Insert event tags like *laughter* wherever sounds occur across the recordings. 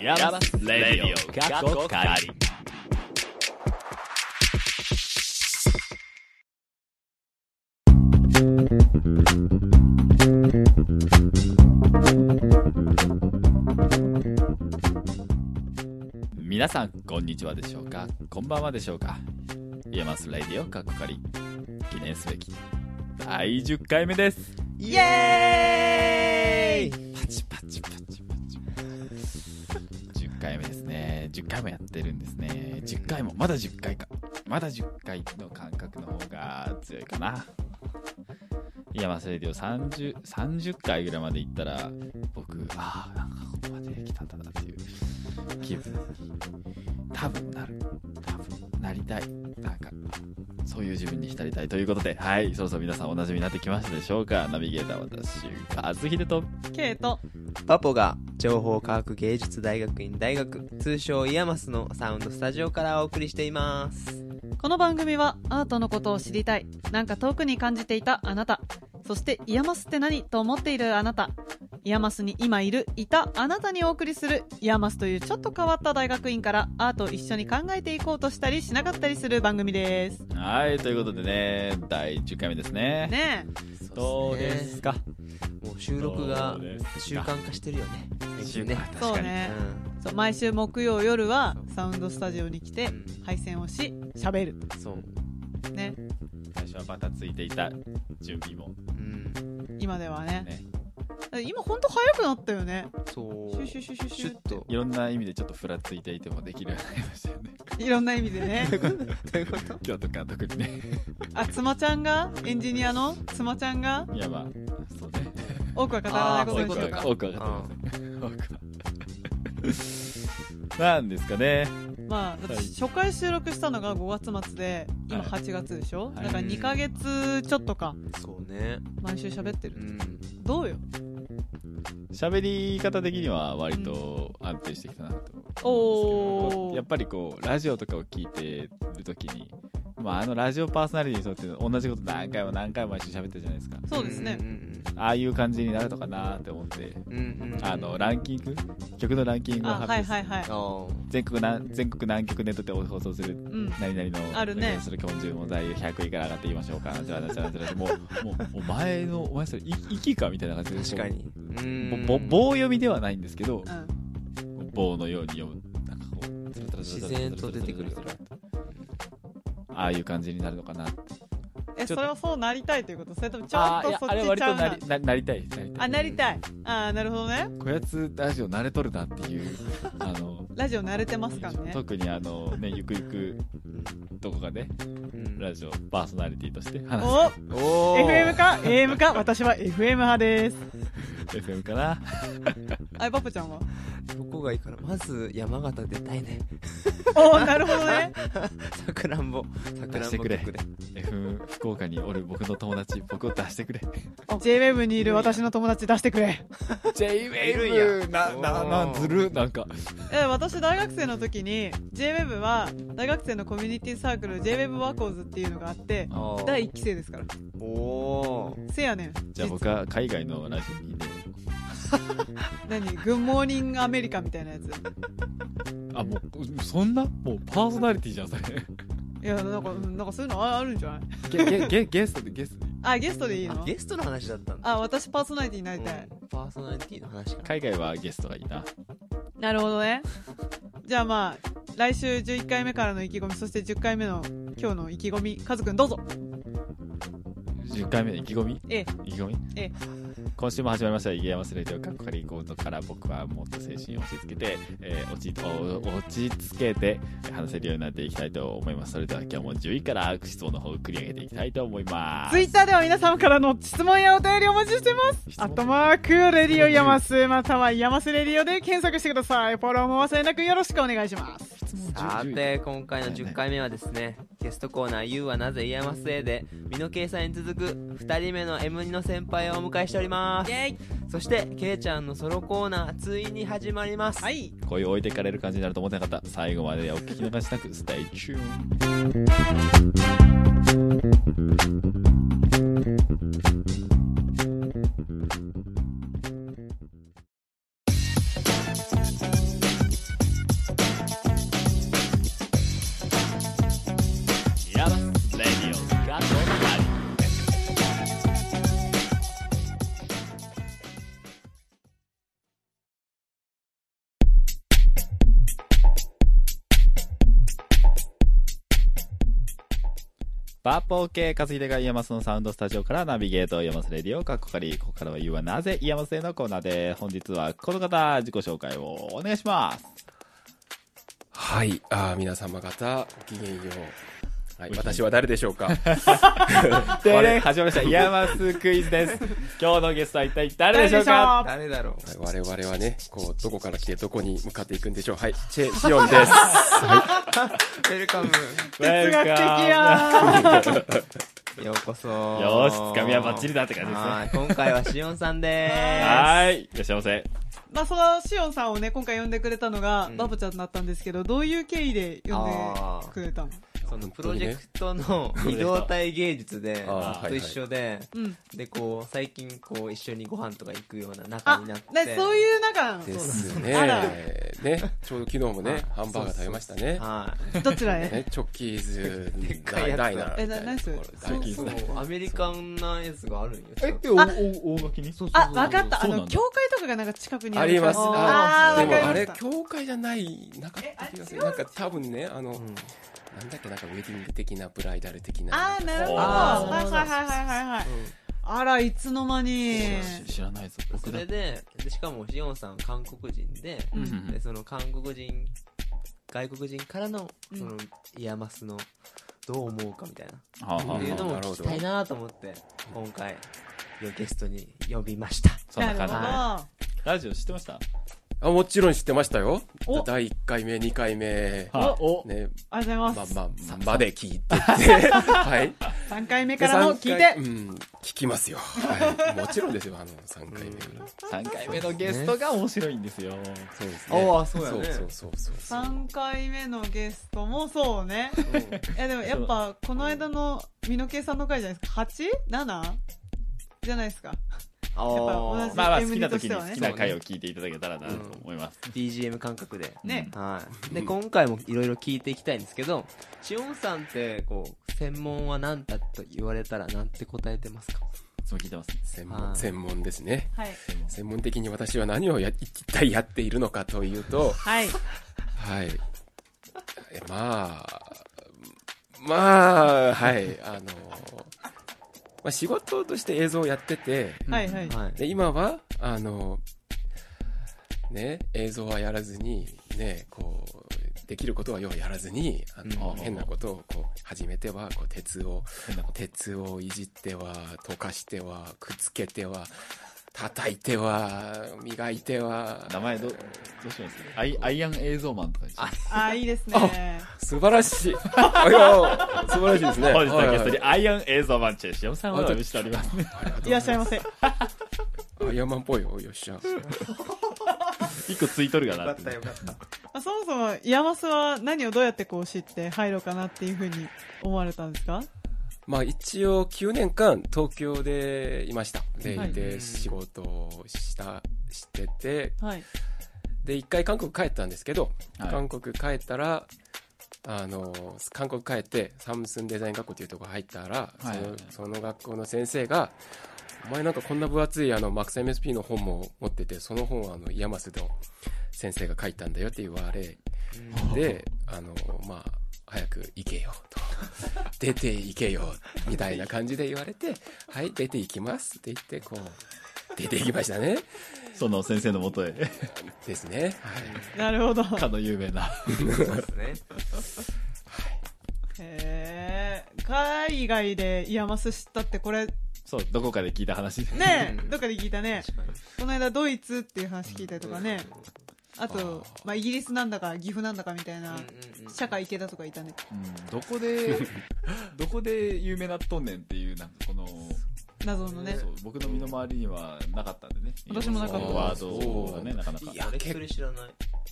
ヤマスレディオ過去仮皆さんこんにちはでしょうかこんばんはでしょうかヤマスレディオ過去仮記念すべき第10回目ですイエーイパチパチパチパチ10回目ですね10回もやってるんですね10回もまだ10回かまだ10回の感覚の方が強いかな山瀬ディオ 30, 30回ぐらいまで行ったら僕ああなんかここまで来たんだなっていう気分に多分なる多分なりたいなんかそういう自分に浸りたいということではいそろそろ皆さんお馴染みになってきましたでしょうかナビゲーター私和秀とケイトパポが情報科学芸術大学院大学通称イヤマスのサウンドスタジオからお送りしていますこの番組はアートのことを知りたいなんか遠くに感じていたあなたそしてイヤマスって何と思っているあなたイヤマスに今いるいたあなたにお送りするイヤマスというちょっと変わった大学院からアートを一緒に考えていこうとしたりしなかったりする番組ですはい、ということでね、第10回目ですね。ねどうですかもう収録がどうですか習慣化してるよね最近週間ねえ確そうかに。ねうそう毎週木曜夜はサウンドスタジオに来て配線をし喋るんそうね最初はバタついていた準備もうん今ではねね、今ほんと早くなったよねそうシュシュシュシュシュってシュッといろんな意味でちょっとふらついていてもできるようになりましたよね。いろんな意味でねどういうこと今日とか特にね。あ、妻ちゃんがエンジニアの妻ちゃんがいや、まあ、そうね。多くは語らないことにしそとういうくことかか多くは語ってません。多くは。なんですかね。まあ、だって初回収録したのが5月末で今はい8月でしょ、はいだから2ヶ月ちょっとかそうね毎週喋ってる、うんどうよ喋り方的には割と安定してきたなと思うんですけどおーやっぱりこうラジオとかを聞いてるときに、まあ、あのラジオパーソナリティの人って同じこと何回も何回も毎週喋ってるじゃないですかそうですね、うんああいう感じになるのかなって思ってうんうんうんあのランキング曲のランキングをあ発は表いする、はいはいあー全国な全国何曲ネットで放送するうん何々の、あるねそれ今週問題100位から上がっていきましょうかなんちゃらなんちゃらなんちゃらもうもうお前のお前それい息かみたいな感じで確かにうんぼぼ棒読みではないんですけど、うん、棒のように読むなんかこうつらつらつらつらつら自然と出てくるよねああいう感じになるのかなえちょそっとれはそうなりたいということそれともちょあーっいとやそっあれち割ちゃとうななりななりたいなりたあいなりたいあーなるほどねこやつラジオ慣れとるなっていうあのラジオ慣れてますからね特にあのねゆくゆくどこかでうんラジオパーソナリティとして話おおー FM か AM か私は FM 派ですす FM かなあいパパちゃ *laughs* んはどこがいいかなまず山形出たいねおーなるほどねさくらんぼさく出らんぼしてく曲で FM 福岡におる僕の友達僕を出してくれ JWEB にいる私の友達出してくれ JWAVE な *laughs* ななずるなんかえ私大学生の時に JWEB は大学生のコミュニティサークル JWEB ワコーズっていうのがあってあー第1期生ですからおおせやねんじゃあ僕は海外のラジオにね何グッモーニングアメリカみたいなやつあもうそんなもうパーソナリティじゃんそれいやなんかうんなんかそういうのああるんじゃないゲゲゲゲストでゲストであゲストでいいのゲストの話だったんだあ私パーソナリティになうりんたい、パーソナリティの話か海外はゲストがいいななるほどねじゃあまあ来週11回目からの意気込みそして10回目の今日の意気込みカズくんどうぞ10回目の意気込みええ意気込みええ今週も始まりました「イゲアマスレディオ」かっこかりコードから僕はもっと精神を落ち着けて、えー落ちお落ち着けて話せるようになっていきたいと思いますそれでは今日も10位から質問の方を繰り上げていきたいと思いますツイッターでは皆様からの質問やお便りお待ちしてます。質問アットマーク、レディオヤマス、またはヤマスレディオで検索してください。フォローも忘れなくよろしくお願いします。質問らさ10位て今回の10回目はですねゲストコーナー「YOU はなぜイヤマス A」で美濃圭さんに続く2人目の M2 の先輩をお迎えしておりまイすェイそしてケイちゃんのソロコーナーついに始まりますはい。こういう置いてかれる感じになると思ってなかった最後までお聞き逃しなく Stay tuned バーポー系和秀がイヤマスのサウンドスタジオからナビゲートイヤマスレディオかっこかりここからは言うはなぜイヤマスへのコーナーで本日はこの方自己紹介をお願いしますはい、あー皆様方、ごきげんよう。はい、私は誰でしょうかで我々始まりましたイヤマスクイズです今日のゲストは一体誰でしょうか誰だろはい *laughs* 我々はね、こう、どこから来てどこに向かっていくんでしょう。はい、チェ・シオン *laughs* です。はうウェルカム哲哲学的や *laughs* ようこそよしつかみはバッチリだって感じですねはい今回はしおんさんでーはーいいらっしゃいませまあそのしおんさんをね今回呼んでくれたのが、うんバボちゃんだったんですけどどういう経緯で呼んでくれたのすそのプロジェクトの移動体芸術であーと一緒でうんでこう最近こう一緒にご飯とか行くような仲あになってでそういう中なのい。ですあねら。ね、ちょうど昨日もはいね、ハンバーガー食べましたね。はどちらへね、チョッキーズ、でっかいやつダイナーえみたいなところ。な何いそそうアメリカンなやつがあるんよおお大垣にあ、わかった。あそうなんの、だ教会とかがなんか近くにあります。あーでーもわかありれま、した教会じゃない、なかった気がする。なんか多分ね、あの、うんなんだっけ、なんかウェディング的な、ブライダル的な。あー、なるほど。あーはいはいはいはいはいはい。あら、いつの間に。知らないぞうん僕そだれででしかもしおんさん韓国人でうんでその韓国人外国人からのそのイヤマスのどう思うかみたいなはあはあはあっていうのなもるほ聞どきたいなと思って今回ゲストに呼びま *laughs* したそんななる感じほど。はあラジオ知ってましたあもちろん知ってましたよお。第1回目、2回目、はおね、りまがとうごあざいます。まあ、まで聞いてて、はい。 3回目でからも聞い三て回。うん、聞きますよ。はい。もちろんですよ、あの、3回目から。 3回目のゲストが面白いんですよそうですね。おーそうやねそうそうそうそう。 3回目のゲストもそうね。いやでもやっぱ、この間のミノケイさんの回じゃないですか。8?7? じゃないですか。あ同じー *laughs* まあまあ好 MD きな時に好としてはねきな回を聞いていただけたらなと思います BGM 感覚でね。はい、で今回もいろいろ聞いていきたいんですけどしおんさんってこう専門は何だと言われたらなんて答えてますかいつも聞いてます専は門、い専門ですね。はい。専門的に私は何をや、一体やっているのかというと、はい。はい。えまあ、まあ、はい、あの、まあ仕事として映像をやってて、はいはいはいで、今は、あの、ね、映像はやらずに、ね、こう、できることはようやらずに、あの、うん変なことをこう、始めては、こう、鉄を、変なこと鉄をいじっては、溶かしては、くっつけては、叩いては、磨いては。名前どどうしますアイアイアン映像マンとかにしますあー、いいですね。素晴 *laughs* らしい。いや素晴らしいですね。本日はいのゲストにアイアン映像マンチェシオンさんをお呼びしておりますいらっしゃいませ。あ、ヤーマンっぽいよ。よっしゃ。一個ついとるかなってかったまあそもそも、イヤマスは何をどうやってこう知って入ろうかなっていうふうに思われたんですかまあ一応9年間東京でいました。で、はいで仕事をした、してて、はい。で、一回韓国帰ったんですけど、はい韓国帰ったら、あの、韓国帰って、サムスンデザイン学校というとこ入ったら、はいそのその学校の先生が、お前なんかこんな分厚いあの、マックス MSP の本も持ってて、その本はあの、イヤマスの先生が書いたんだよって言われ、で、あの、まあ、早く行けよと。 *laughs* 出て行けよ、みたいな感じで言われて、はい、出て行きますって言って、こう、出て行きましたね。その先生のもとへですね。はい。なるほど。かの有名なそうですねへえ海外でイヤマス知ったってこれそうどこかで聞いた話でねうんどっかで聞いたね確かにこの間ドイツっていう話聞いたりとかねあとあまあイギリスなんだか岐阜なんだかみたいうんなうんうん社会池田とかいたねうんどこ *laughs* でどこで有名なっとんねんっていうなんかこの謎のねそう僕の身の回りにはなかったんでね私もなかったワードがねなかなかいや俺一人知らない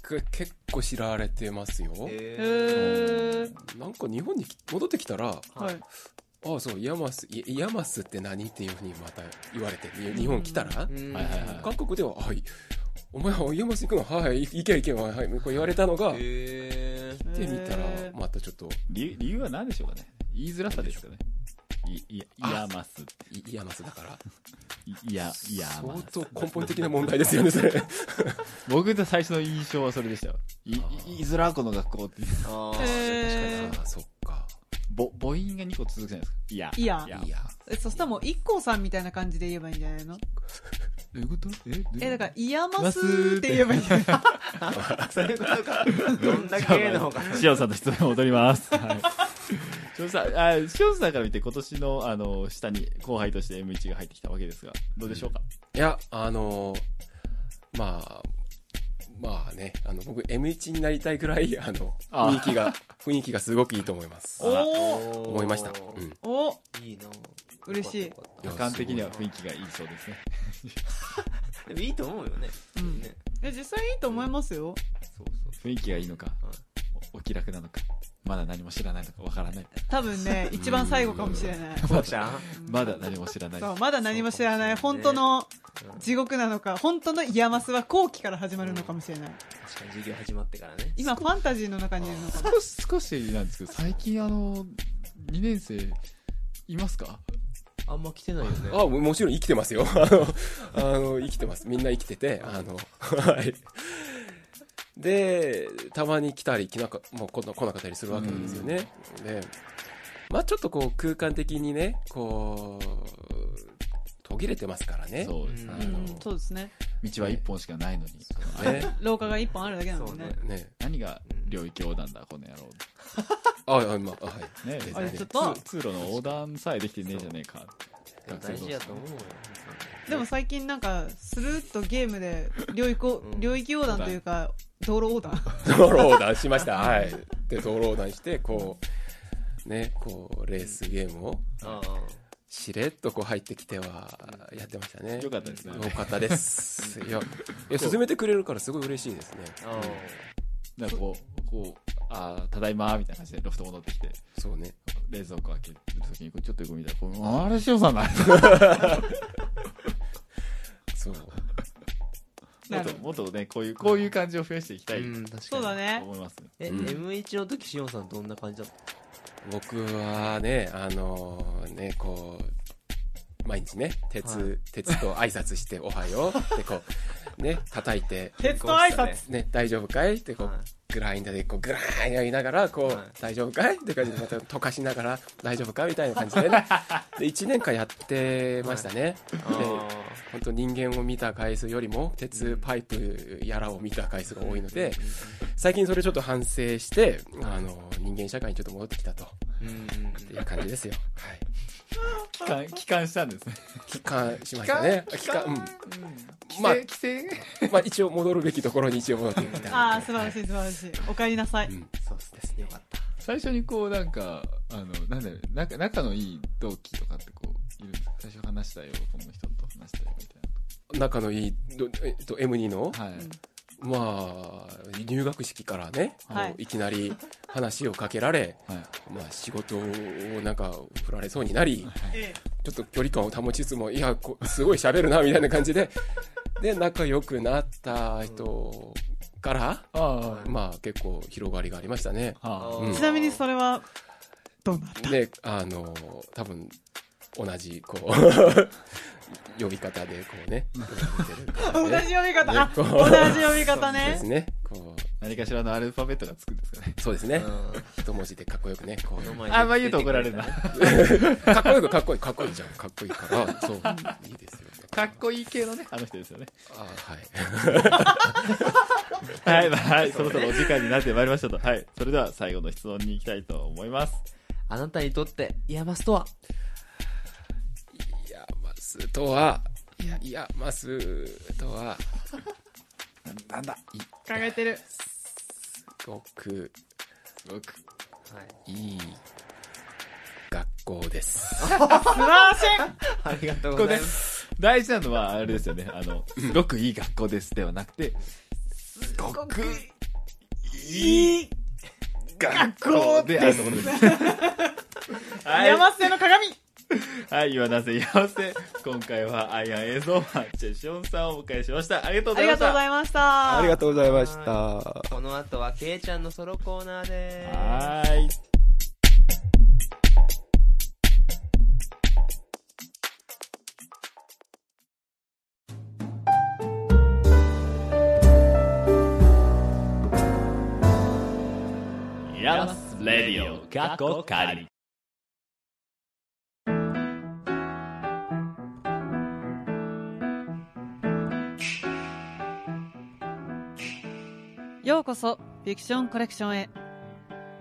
け結構知られてますよ。へええなんか日本にき戻ってきたら、ーはいああそう、イヤマス、イイヤマスって何っていうふうにまた言われて、に日本来たら、うんはいはいはい韓国では、はい、お前はイヤマス行くのはい、行け行け、はい、こう言われたのが、行へーってみたらへ、ーまたちょっと、理由理由は何でしょうかね言いづらさですかねいいいやマスイイヤマスだから、いいやいやマ相ス当根本的な問題ですよね、それ。僕の最初の印象はそれでしたよいいあー言いづらこの学校ってあへー *laughs* ーああ、そっか。ぼ母音が2個続くじゃないですか。いや。いやいや。えそしたらもう、一 k さんみたいな感じで言えばいいんじゃないのどういうことえどういうことえ、だから、イヤマスって言えばいいんじゃないそういうことか。どんだけの方が。塩さんの質問戻ります。はい。塩さん、あ塩さんから見て今年の、あの、下に後輩として M1 が入ってきたわけですが、どうでしょうか、いや、あのまあ、まあね、あの、僕 M1 になりたいくらい、あの、あ雰囲気が、雰囲気がすごくいいと思います。おー思いました。うん。おいいな嬉しいよかったよ予や感的には雰囲気がいいそうですね。かったでもいいと思うよね。うんねえ実際いいと思いますよ。そうそ雰う囲気がいいのかはい、おお気楽なのか、まだ何も知らないのかわからない。多分ね、一番最後かもしれない。そう。後者まだ何も知らない。そう、まだ何も知らない、そうかもし本れないね当の地獄なのか、本当のイヤマスは後期から始まるのかもしれない。確かに授業始まってからね。今、ファンタジーの中にいるのかも。少し、少しなんですけど、最近あの、2年生、いますかあんま来てないよね。あ、もちろん生きてますよ。 *laughs* あの、あの生きてます。みんな生きてて、あの、はい。で、たまに来たり来なか、もう来な来なかったりするわけなんですよね。で、まあちょっとこう空間的にね、こう、途切れてますからね。そうですねううあん、そうですね。道は一本しかないのに、ね。廊下が一本あるだけなのそうねね。ね。何が領域横断だ、この野郎。あ、あまあ、はい。ね別あにれちょっと通通路の横断さえできてねえじゃねえか。でも大事やと思うよ。でも最近なんか、スルッとゲームで領域を、うん領域横断というか、道路横断。道路横断しました。はい。で、道路横断して、こう、ね、こう、レースゲームを、あしれっとこう入ってきては、やってましたね。よかったですね。よかったです。いや、いや進めてくれるからすごい嬉しいですね。あ、ああ。なんかこう、こう、あーただいまーみたいな感じでロフト戻ってきて、そうね。冷蔵庫開けるときに、ちょっと横見たら、こうあれ、塩さんだ。そう。もなっると、もっとね、こういう、こういう感じを増やしていきたいうん、確かに。そうだ。とね。思いますね。え、うん M1 の時、しおんさんどんな感じだった僕はね、あのね、こう、毎日ね、鉄、はい鉄と挨拶して、おはようってこう、ね、叩いて、鉄と挨拶。ね、大丈夫かいってこう、はいグラインダーでこう、グラーンやりながら、こう、はい大丈夫かいって感じで、また溶かしながら、大丈夫かみたいな感じで *laughs* ね。で、1年間やってましたね。で本当人間を見た回数よりも鉄パイプやらを見た回数が多いので最近それちょっと反省してあの人間社会にちょっと戻ってきたとうんうんっていう感じですよはい帰還、帰還したんですね。帰還しましたね帰還うんまあ帰省まあ一応戻るべきところに一応戻ってき *laughs* たああ、素晴らしい、素晴らしい。お帰りなさい。うんそうですね。よかった。最初にこう、なんか、あの、なんだろう、仲仲のいい同期とかってこう、いるんですか最初話したよ、この人と話したよ、みたい仲のいいどえっと M2 のな。はい。まあ入学式からねはいもういきなり話をかけられはい。まあ仕事をなんか振られそうになりええちょっと距離感を保ちつつも、いや、こすごい喋るな、みたいな感じで、で、仲良くなった人から、ああ、はまあ結構広がりがありましたね。あ。うんちなみにそれは、どうなったで、あの、多分、同じ、こう、 *laughs* 呼び方で、こうね、呼んでるから *laughs* 同ねじ呼び方。あ、ねこ同うじ呼び方でねす。ね。こ何かしらのアルファベットがつくんですかね。う、そうですね。う一文字でかっこよくね、こん。う、あんま言うと怒られるな。かっこよくかっこいい、かっこいいじゃん。かっこいいから、そう、いいですよね。かっこいい系のね、あの人ですよね。あはい。はい、まあはい、そろそろお時間になってまいりましたと。はい、それでは最後の質問に行きたいと思います。あなたにとって、イヤマスとはイヤマスとは、いや、イヤマスとは、なんだい考えてる。すごく僕、はい。いい学校です。素晴らしいありがとうこごれざねいます。、大事なのは、あれですよね。あの、すごくいい学校ですではなくて、すごくいい学校であるところです。はい山瀬の鏡はい、岩瀬岩瀬。今回はアイアン映像マンチェションさんをお迎えしました。ありがとうござありいまがしとうた。ございました。ありがとうございましはた。この後は、けいちゃんのソロコーナーでーす。はーい。Yes, radio, 過去仮。ようこそフィクションコレクションへ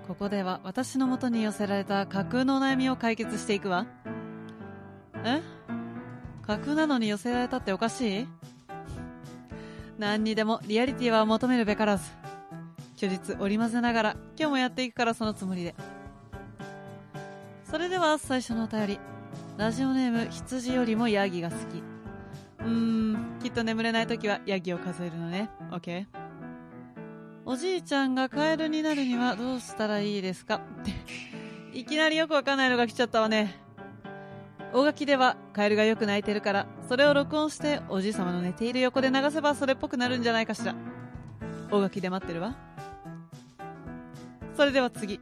ここでは私のもとに寄せられた架空のお悩みを解決していくわえ架空なのに寄せられたっておかしい何にでもリアリティは求めるべからず虚実織り交ぜながら今日もやっていくからそのつもりでそれでは最初のお便りラジオネーム羊よりもヤギが好きうーんきっと眠れない時はヤギを数えるのね OK おじいちゃんがカエルになるにはどうしたらいいですか *laughs* っていきなりよくわかんないのが来ちゃったわね大垣ではカエルがよく鳴いてるからそれを録音しておじい様の寝ている横で流せばそれっぽくなるんじゃないかしら大垣で待ってるわそれでは次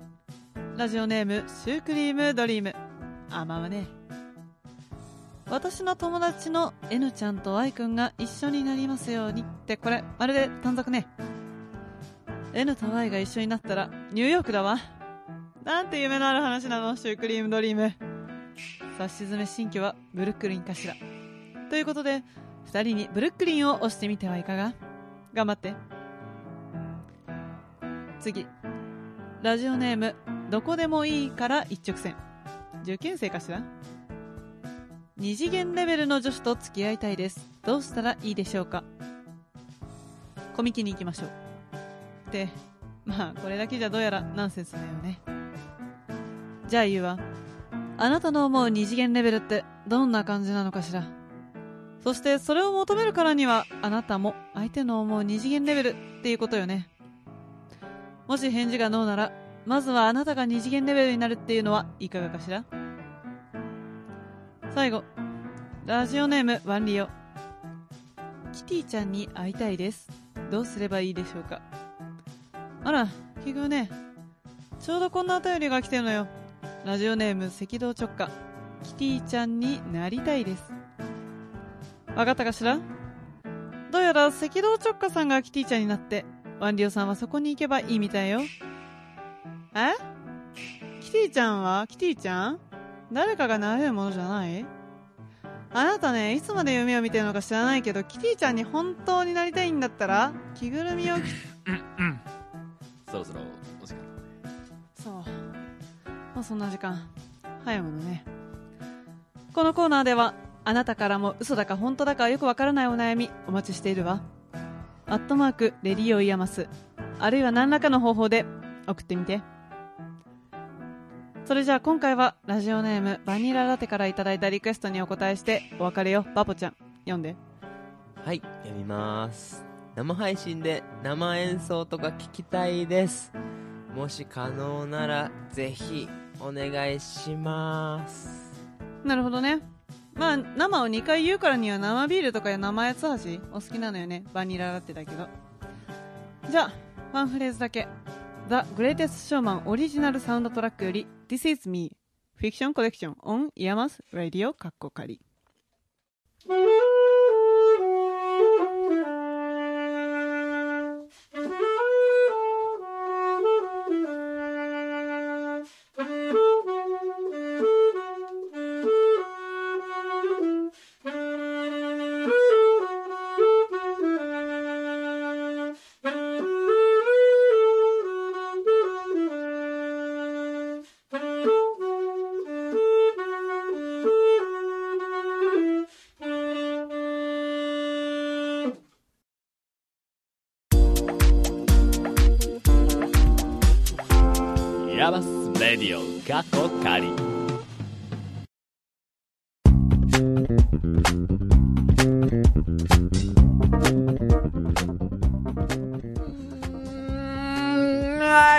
ラジオネームシュークリームドリーム甘はね私の友達の N ちゃんと I くんが一緒になりますようにってこれまるで短冊ね N と Y が一緒になったらニューヨークだわなんて夢のある話なのシュークリームドリームさし詰め新居はブルックリンかしらということで2人にブルックリンを押してみてはいかが頑張って次ラジオネームどこでもいいから一直線受験生かしら二次元レベルの女子と付き合いたいですどうしたらいいでしょうかコミケに行きましょうってまあこれだけじゃどうやらナンセンスだよねじゃあ言うわあなたの思う二次元レベルってどんな感じなのかしらそしてそれを求めるからにはあなたも相手の思う二次元レベルっていうことよねもし返事がノーならまずはあなたが二次元レベルになるっていうのはいかがかしら最後ラジオネームワンリオキティちゃんに会いたいですどうすればいいでしょうかあら奇遇ねちょうどこんなお便りが来てるのよラジオネーム赤道直下キティちゃんになりたいですわかったかしらどうやら赤道直下さんがキティちゃんになってワンリオさんはそこに行けばいいみたいよえキティちゃんはキティちゃん誰かがなれるものじゃないあなたねいつまで夢を見てるのか知らないけどキティちゃんに本当になりたいんだったら着ぐるみを着そろそろお時間だそうもうそんな時間早いものねこのコーナーではあなたからも嘘だか本当だかよくわからないお悩みお待ちしているわアットマークレディオイヤマスあるいは何らかの方法で送ってみてそれじゃあ今回はラジオネームバニララテからいただいたリクエストにお答えしてお別れよバポちゃん読んではい、読みます。生配信で生演奏とか聞きたいです。もし可能なら、ぜひ、お願いします。なるほどねまあ生を2回言うからには生ビールとかや生八つ橋お好きなのよねバニララテだけどじゃあワンフレーズだけ「The Greatest Showman オリジナルサウンドトラック」より「This is Me」フィクションコレクション on イヤマスラディオカッコカリヤマスレディオ過去仮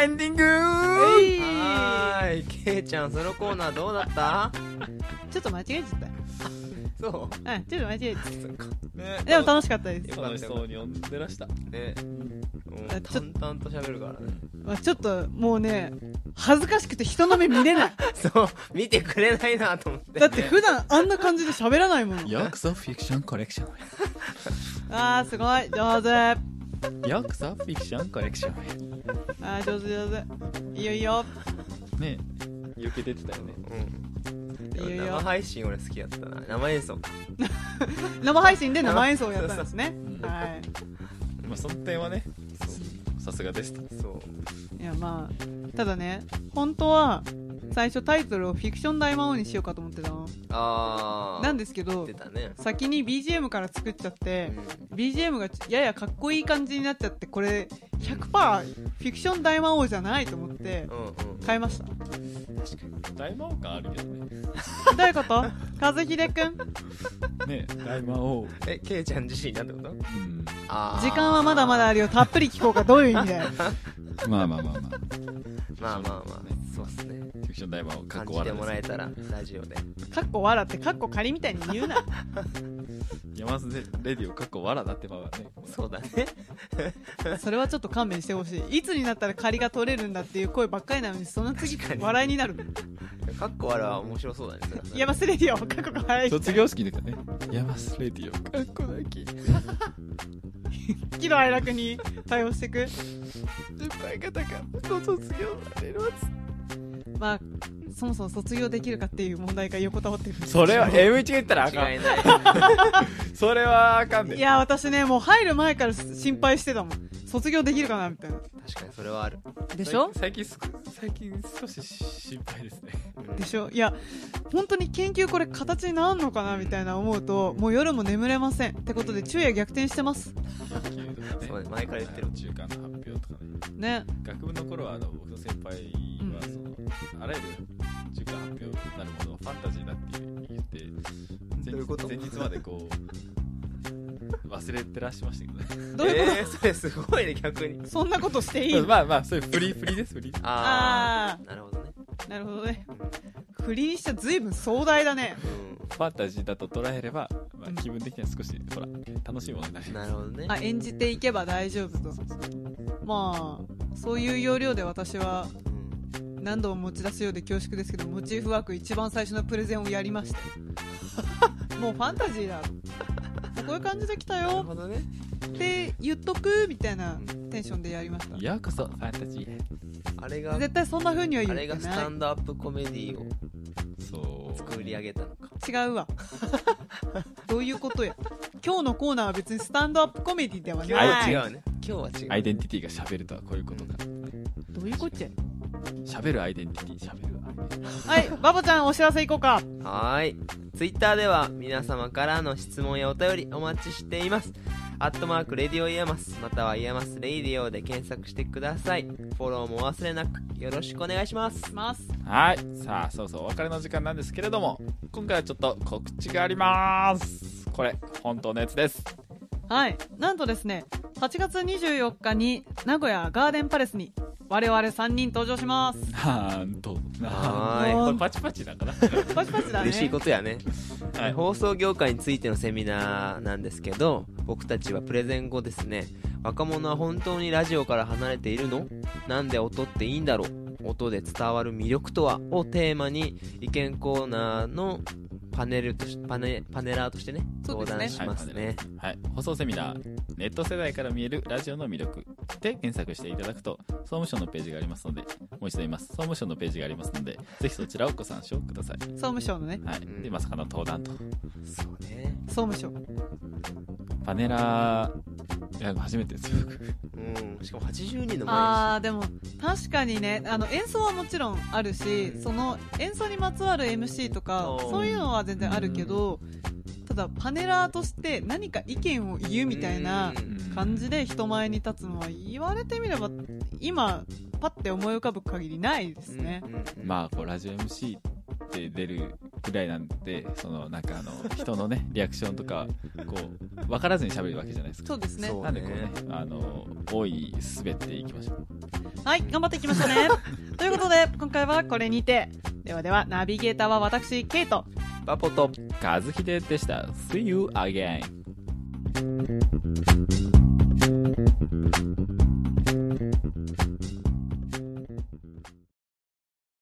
エンディングはーい、けいちゃん、そのコーナーどうだったちょっと間違えちゃったそうんちょっと間違えちゃっねたでも楽しかったです、楽しそうに読んでらしたう。ね。もうあちょ淡々と喋るからね。まあ、ちょっともうね恥ずかしくて人の目見れないそう、見てくれないなと思って。だって普段あんな感じで喋らないもんようこそフィクションコレクションあーすごい上手へようこそフィクションコレクションへあー上手上手いいよいいよねえ避けてたよねうん。でもいいよ生配信俺好きやったな。生演奏か。生配信で生演奏をやったんですねはいまあその点はねさすがですと。そういやまあただね本当は最初タイトルをフィクション大魔王にしようかと思ってたのああなんですけど言ってたね先に BGM から作っちゃって、BGM がややかっこいい感じになっちゃってこれ100%フィクション大魔王じゃないと思ってうんうんうん変えました大魔王感あるけどね。どういうこと和秀くんね大魔王。えケイちゃん自身なんてことうんあー時間はまだまだあるよたっぷり聞こうかどういう意味だよまあまあまあまあ。まあまあまあそうっすねフィクション大魔王、かっ感こじ笑ていもでらえす。たらラジオでかっこ笑ってかっこ仮みたいに言うな山瀬レディオ、かっこ笑だってまあね。そうだねそれはちょっと勘弁してほしいいつになったら仮が取れるんだっていう声ばっかりなのにその次確かに笑いになるかっこ悪は面白そうだねいやばすレディオ過去が早い卒業式出たね。山瀬レディオ、かっこなき。喜怒哀楽に対応していく使い方が、卒業されるわ。まあそもそも卒業できるかっていう問題が横たわってるそれは M1 が言ったらあか間違ん。いないそれはあかんいで。や私ねもう入る前から心配してたもん卒業できるかなみたいな確かにそれはあるでしょ最近すく、最近少し心配ですね。でしょいや本当に研究これ形になんのかなみたいな思うともう夜も眠れませんってことで昼夜逆転してますそうね前から言ってる中間の発表とかね。ね学部の頃はあの僕の先輩はその、あらゆる中間発表になるものをファンタジーだって言って前どういうこと前日までこう忘れてらっしゃいましたけどねどういうこと、えー、それすごいね逆にそんなことしていいまあまあそういうフリーフリーですフリーあああなるほどねあなるほどね不倫してずいぶん壮大だねファンタジーだと捉えれば、まあ、気分的には少しほら楽しいものになうりんなまるほどねあ演じていけば大丈夫とまあそういう要領で私はうん何度も持ち出すようで恐縮ですけどモチーフワーク一番最初のプレゼンをやりました *laughs* もうファンタジーだこういう感じで来たなるよほどねって言っとくみたいなテンションでやりましたすようこそファンタジーへあれが絶対そんな風にはあ言れっがてスなタいンドアップコメディをそう作り上げたのか違うわ *laughs* どういうことや今日のコーナーは別にスタンドアップコメディでは今あ日なははい違うね今日は違うアイデンティティが喋るとはこういうことだどういうこっちゃ喋るアイデンティティ喋るアイデンティティはいバボちゃんお知らせいこうかはーい。ツイッターでは皆様からの質問やお便りお待ちしています。アットマークレディオイヤマスまたはイヤマスレイディオで検索してください。フォローもお忘れなくよろしくお願いします。ますはいさあそうそうお別れの時間なんですけれども今回はちょっと告知がありますこれ本当のやつですはいなんとですね8月24日に名古屋ガーデンパレスに我々3人登場しますなんとなは *laughs* こーれパチパチだからパチパチだい。ね嬉しいことやね、 *laughs* はい放送業界についてのセミナーなんですけど僕たちはプレゼン後ですね若者は本当にラジオから離れているのなんで音っていいんだろう音で伝わる魅力とはをテーマに意見コーナーのパネルとしパネパネラーとしてねそう相ですね談しますねはい、放送セミナー「ネット世代から見えるラジオの魅力」で検索していただくと総務省のページがありますのでもう一度言います総務省のページがありますのでぜひそちらをご参照ください、総務省のねはい、でまさかの登壇とそうね総務省パネラーいや初めてですよ僕うんしかも80人の前あーでも確かにねあの演奏はもちろんあるしその演奏にまつわる MC とかうんそういうのは全然あるけどただパネラーとして何か意見を言うみたいなうん感じで人前に立つのは言われてみれば今パッて思い浮かぶ限りないですねうんうんうんまあこうラジオ MC って出るぐらいなんでそのなんかあの人のねリアクションと *laughs* かこう分からずに喋るわけじゃないですかそうですねそうなんでこうねあの大い滑っていきましょうはい頑張っていきましょう *laughs* ねということで今回はこれにてではではナビゲーターは私ケイトバポと和秀でした See you again